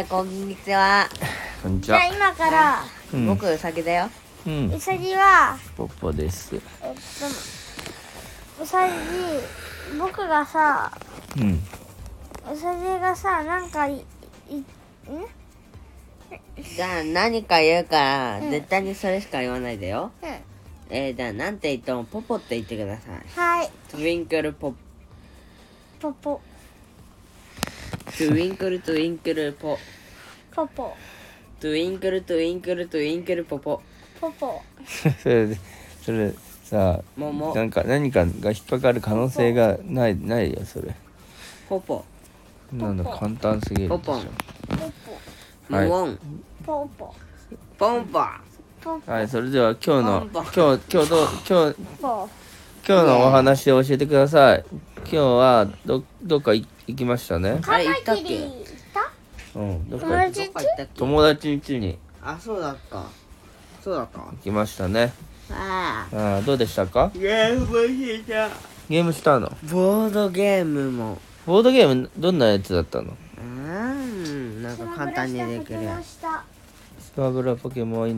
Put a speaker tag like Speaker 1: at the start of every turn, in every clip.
Speaker 1: いこんにちは、
Speaker 2: こんにち
Speaker 3: じゃあ
Speaker 2: は。
Speaker 3: 今から
Speaker 2: うん、
Speaker 1: 僕うさぎだよ
Speaker 2: うん
Speaker 3: う、さぎは
Speaker 2: ポッポです。
Speaker 3: えっとうさぎ僕がさ
Speaker 2: うん、
Speaker 3: うさぎがさなんかいいん
Speaker 1: じゃあ何か言うから、絶対にそれしか言わないでよ
Speaker 3: うん
Speaker 1: えー、じゃあなんて言ってもポポって言ってください
Speaker 3: はい
Speaker 1: トゥインクルポ
Speaker 3: ポポ
Speaker 1: トゥインクルトゥインクルポ
Speaker 3: ポポ
Speaker 1: トゥインクルトゥインクルトゥインクルポポ
Speaker 3: ポポ
Speaker 2: それで、それさあ、
Speaker 1: もも
Speaker 2: なんか何かが引っかかる可能性がないないよそれ。
Speaker 1: ポポ
Speaker 2: なんだ簡単すぎるでしょ。
Speaker 1: ポポン
Speaker 3: ポポ
Speaker 2: はい
Speaker 1: モモン
Speaker 3: ポポ
Speaker 1: ポンポン
Speaker 3: ポポ
Speaker 2: はい、それでは今日の
Speaker 1: ポン
Speaker 2: 今日今日どう今日
Speaker 3: ポ
Speaker 2: 今日のお話を教えてください。今日はどどっか行行きましたね。
Speaker 3: カ
Speaker 1: れ
Speaker 3: マ
Speaker 1: 言ったっけ
Speaker 3: キリいた
Speaker 2: うん、どっか
Speaker 3: 友達
Speaker 1: ど
Speaker 3: ん
Speaker 1: こ行ったっけ
Speaker 2: 友達ん家に
Speaker 1: あそうだったそうだったわ
Speaker 2: 行きましたね。
Speaker 1: あ
Speaker 2: あーどうでしたか？
Speaker 1: ゲームした
Speaker 2: ゲームしたの？
Speaker 1: ボードゲームも
Speaker 2: ボードゲームどんなやつだったの？
Speaker 1: うーんなんか簡単にできるやつ
Speaker 3: 下
Speaker 2: スマブラポケモンはいい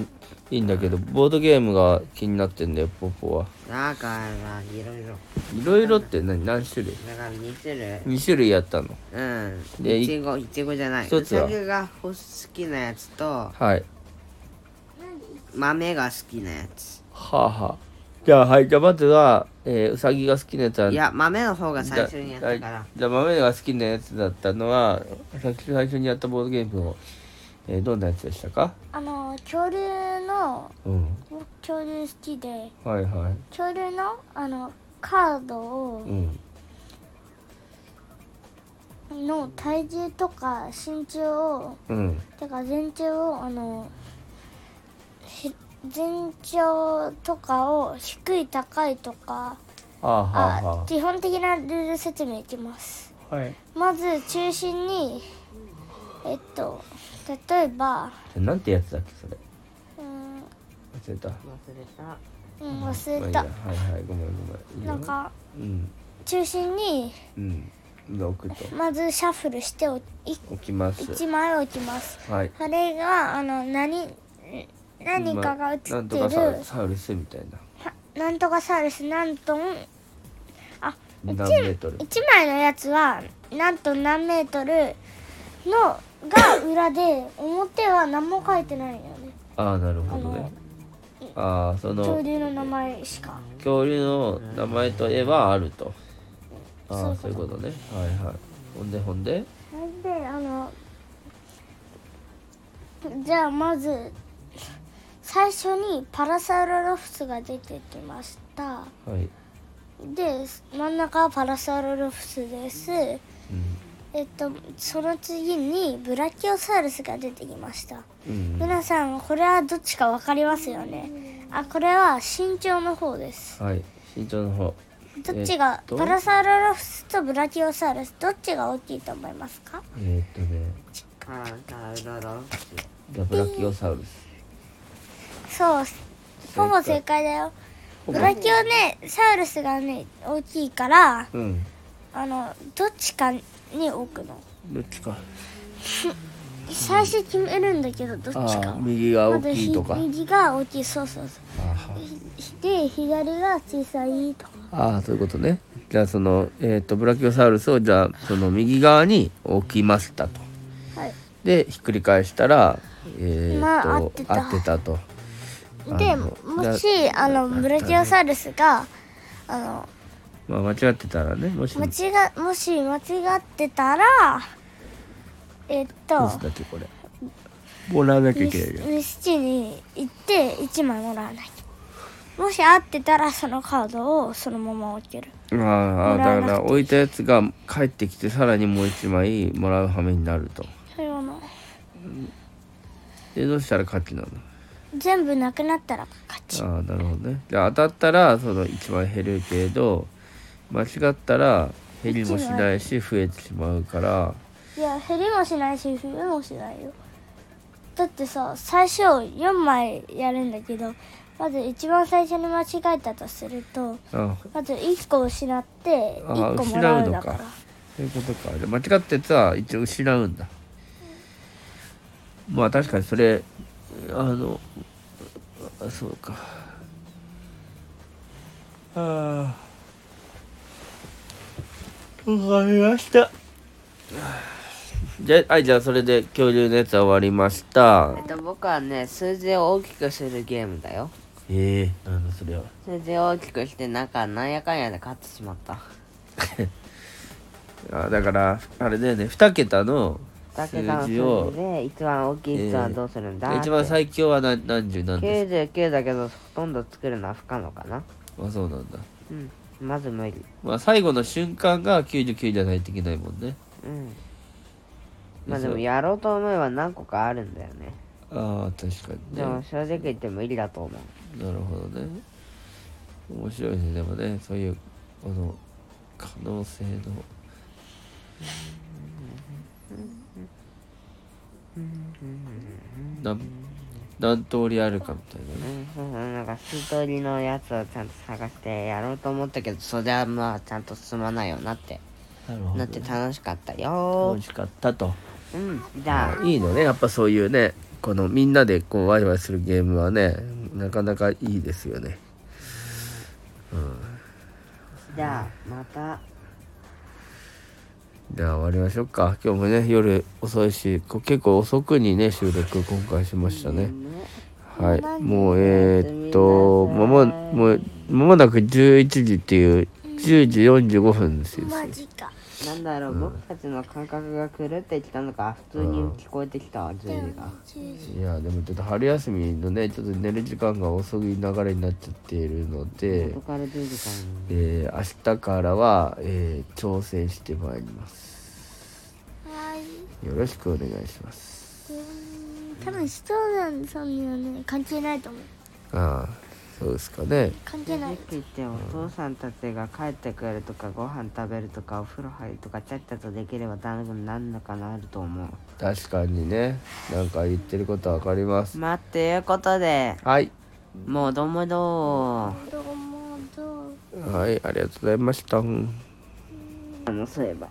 Speaker 2: いいんだけどボードゲームが気になってんだよポポは
Speaker 1: だからいろいろ
Speaker 2: いろいろって何何種類
Speaker 1: だから2種類
Speaker 2: ?2 種類やったの
Speaker 1: うん
Speaker 2: で
Speaker 1: いちごいちごじゃない
Speaker 2: 一
Speaker 1: う
Speaker 2: つは
Speaker 1: さぎが好きなやつと
Speaker 2: はい
Speaker 1: 豆が好きなやつ
Speaker 2: はあはあじゃあはいじゃあまずは、えー、うさぎが好きなやつはい
Speaker 1: や豆の方が
Speaker 2: じ
Speaker 1: 最初にやったか
Speaker 2: ゃ
Speaker 1: ら
Speaker 2: じゃあ豆が好きなやつだったのはさっき最初にやったボードゲームを、えー、どんなやつでしたか
Speaker 3: あの恐竜の
Speaker 2: うん
Speaker 3: 僕恐竜好きで
Speaker 2: はいはい
Speaker 3: 恐竜のあのカードを
Speaker 2: うん
Speaker 3: の体重とか身長を
Speaker 2: うん
Speaker 3: てか全長をあのひ全長とかを低い高いとか
Speaker 2: はあはあ
Speaker 3: あ
Speaker 2: は
Speaker 3: 基本的なルール説明いきます
Speaker 2: あはい
Speaker 3: まず中心にえっと例えば
Speaker 2: じゃあなんてやつだっけそれ
Speaker 3: うん、
Speaker 2: 忘れた
Speaker 1: 忘れた
Speaker 3: うん、
Speaker 2: ま
Speaker 3: 忘
Speaker 2: あい
Speaker 3: れ
Speaker 2: いや
Speaker 3: た
Speaker 2: はいはいごめんごめんいいよ
Speaker 3: なんか
Speaker 2: うん
Speaker 3: 中心に
Speaker 2: うん、6と
Speaker 3: まずシャッフルしておい
Speaker 2: 置きます。
Speaker 3: 1枚置きます
Speaker 2: はい。
Speaker 3: あれがあの何何かが映って
Speaker 2: な
Speaker 3: る
Speaker 2: んとかサウサウルスみたいな。
Speaker 3: はなんとかサウルス何トンあ
Speaker 2: 何
Speaker 3: 一
Speaker 2: メートル
Speaker 3: 1枚のやつはなんと何メートルのが裏で表は何も書いてないよね
Speaker 2: ああ、なるほどね。ああ、そ
Speaker 3: 恐
Speaker 2: の
Speaker 3: 竜の名前しか
Speaker 2: 恐竜の名前と絵はあると。ああ、そ
Speaker 3: そうう
Speaker 2: い
Speaker 3: いうう
Speaker 2: こ
Speaker 3: こと
Speaker 2: ね。はいはい。ほんでほんで。
Speaker 3: それであのじゃあまず最初にパラサウロロフスが出てきました
Speaker 2: はい。
Speaker 3: で真ん中はパラサウロロフスですえっとその次にブラキオサウルスが出てきました
Speaker 2: うん。うん。
Speaker 3: 皆さんこれはどっちか分かりますよねあこれは身長の方です
Speaker 2: はい。身長の方。
Speaker 3: どっちが
Speaker 2: えっと
Speaker 3: パラサウロロフスとブラキオサウルスどっちが大きいと思いますか
Speaker 2: えーっとね、
Speaker 1: カラタウロロフス
Speaker 2: ザブラキオサウルス。
Speaker 3: そうほぼ正解だよ
Speaker 2: ほぼ
Speaker 3: ブラキオねサウルスがね大きいから
Speaker 2: うん。
Speaker 3: あのどっちかに置くの
Speaker 2: どっちか。
Speaker 3: 最初決めるんだけどどっ
Speaker 2: あ
Speaker 3: ち
Speaker 2: あ
Speaker 3: か、
Speaker 2: 右が
Speaker 3: ま
Speaker 2: 大
Speaker 3: ず
Speaker 2: きいとか。
Speaker 3: 右が大きいそうそうそ
Speaker 2: ああ
Speaker 3: うひで左が小さいとか
Speaker 2: ああそういうことねじゃあそのえっ、とブラキオサウルスをじゃあその右側に置きましたと
Speaker 3: はい
Speaker 2: でひっくり返したらえっ、と、
Speaker 3: まあ合ってた
Speaker 2: 合ってたとあ
Speaker 3: で
Speaker 2: の
Speaker 3: もしあのブラキオサウルスがあの
Speaker 2: まあ間違ってたらねもし
Speaker 3: 間
Speaker 2: どうし
Speaker 3: 違もし間違ってたらえっと
Speaker 2: たっけこれもらわなきゃいけないよ
Speaker 3: 無七に行って1枚もらわなきゃもし合ってたらそのカードをそのまま置ける
Speaker 2: ああああ
Speaker 3: もらわな
Speaker 2: だか
Speaker 3: くて
Speaker 2: ら置いたやつが帰ってきてさらにもう一枚もらう羽目になると
Speaker 3: それはもう
Speaker 2: でどうしたら勝ちなの
Speaker 3: 全部なくなったら勝ち
Speaker 2: ああなるほどねじゃあ当たったらその1枚減るけど間違ったら減りもしないし増えてしまうから
Speaker 3: いや減りもしないし増えもしないよだってさ最初4枚やるんだけどまず一番最初に間違えたとすると
Speaker 2: あ
Speaker 3: まず1個失って
Speaker 2: あ
Speaker 3: 1個もら
Speaker 2: 失う
Speaker 3: う
Speaker 2: の
Speaker 3: だ
Speaker 2: か
Speaker 3: から
Speaker 2: そういうことかじゃあ間違ってたら一応失うんだまあ確かにそれあのあそうかああわかりましたではいじゃあそれで恐竜のやつは終わりました
Speaker 1: えっと、僕はね、数字を大きくするゲームだよ。
Speaker 2: ええなんだそれは
Speaker 1: 数字を大きくして、なんか、なんやかんやで勝ってしまった。
Speaker 2: あだからあれだよね2桁の
Speaker 1: だ
Speaker 2: 数
Speaker 1: けど、数
Speaker 2: 字を
Speaker 1: 字で一番大きい人はどうするんだ、
Speaker 2: 一番最強は何何十何です
Speaker 1: 99だけど、ほとんど作るのは不可能かな。
Speaker 2: かあそうなんだ
Speaker 1: うん。まず無理。
Speaker 2: まあ最後の瞬間が99じゃないといけないもんね
Speaker 1: うん。まあで
Speaker 2: そ
Speaker 1: も、
Speaker 2: う
Speaker 1: やろうと思えば何個かあるんだよね。
Speaker 2: ああ確かに
Speaker 1: で
Speaker 2: ね
Speaker 1: も、正直言って無理だと思う。
Speaker 2: なるほどね面白いねでもねそういうこの可能性のなん何通りあるかみたいな
Speaker 1: う
Speaker 2: ね
Speaker 1: ん、そうそう、なんか数通りのやつをちゃんと探してやろうと思ったけど、それはまあちゃんと進まないよなって、
Speaker 2: なるほ
Speaker 1: なって楽しかったよ
Speaker 2: 楽しかったと
Speaker 1: うん、じゃあ、
Speaker 2: いいのねやっぱそういうねこのみんなでこうワイワイするゲームはねなかなかいいですよね
Speaker 1: じゃあ、また、
Speaker 2: じゃあ終わりましょうか今日もね夜遅いしこう結構遅くにね収録今回しましたねはいもうえーっとまももうまもなく11時っていう10時45分ですよ
Speaker 3: マジか。
Speaker 1: なんだろう、僕たちの感覚が狂ってきたのか、普通に聞こえてきたわ、ジュリが。
Speaker 2: いやでもちょっと春休みのねちょっと寝る時間が遅い流れになっちゃっているので
Speaker 1: 元から10時間に。
Speaker 2: えー明日からは、えー挑戦してまいります
Speaker 3: はい。
Speaker 2: よろしくお願いします
Speaker 3: うん多分、ストーンさんにはね、関係ないと思う。
Speaker 2: ああそうですかね
Speaker 3: 関係ない。
Speaker 1: 正直言ってお父さんたちが帰ってくるとかご飯食べるとかお風呂入るとかちゃっちゃとできればだんなんのかなると思う
Speaker 2: 確かにねなんか言ってることわかります
Speaker 1: まあということで
Speaker 2: はい
Speaker 1: もうどうもどう
Speaker 3: どうもどう
Speaker 2: はいありがとうございました
Speaker 1: あのそういえば